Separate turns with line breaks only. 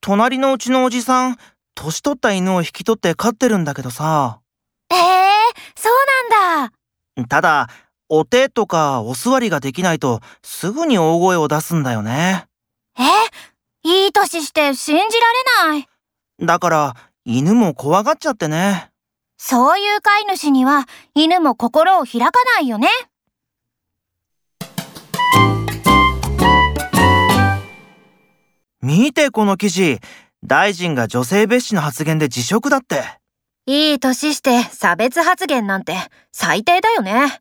隣のうちのおじさん、年取った犬を引き取って飼ってるんだけどさ。
ええそうなんだ。
ただ、お手とかお座りができないとすぐに大声を出すんだよね。
えいい年して信じられない。
だから、犬も怖がっちゃってね。
そういう飼い主には犬も心を開かないよね。
見てこの記事。大臣が女性蔑視の発言で辞職だって。
いい年して差別発言なんて最低だよね。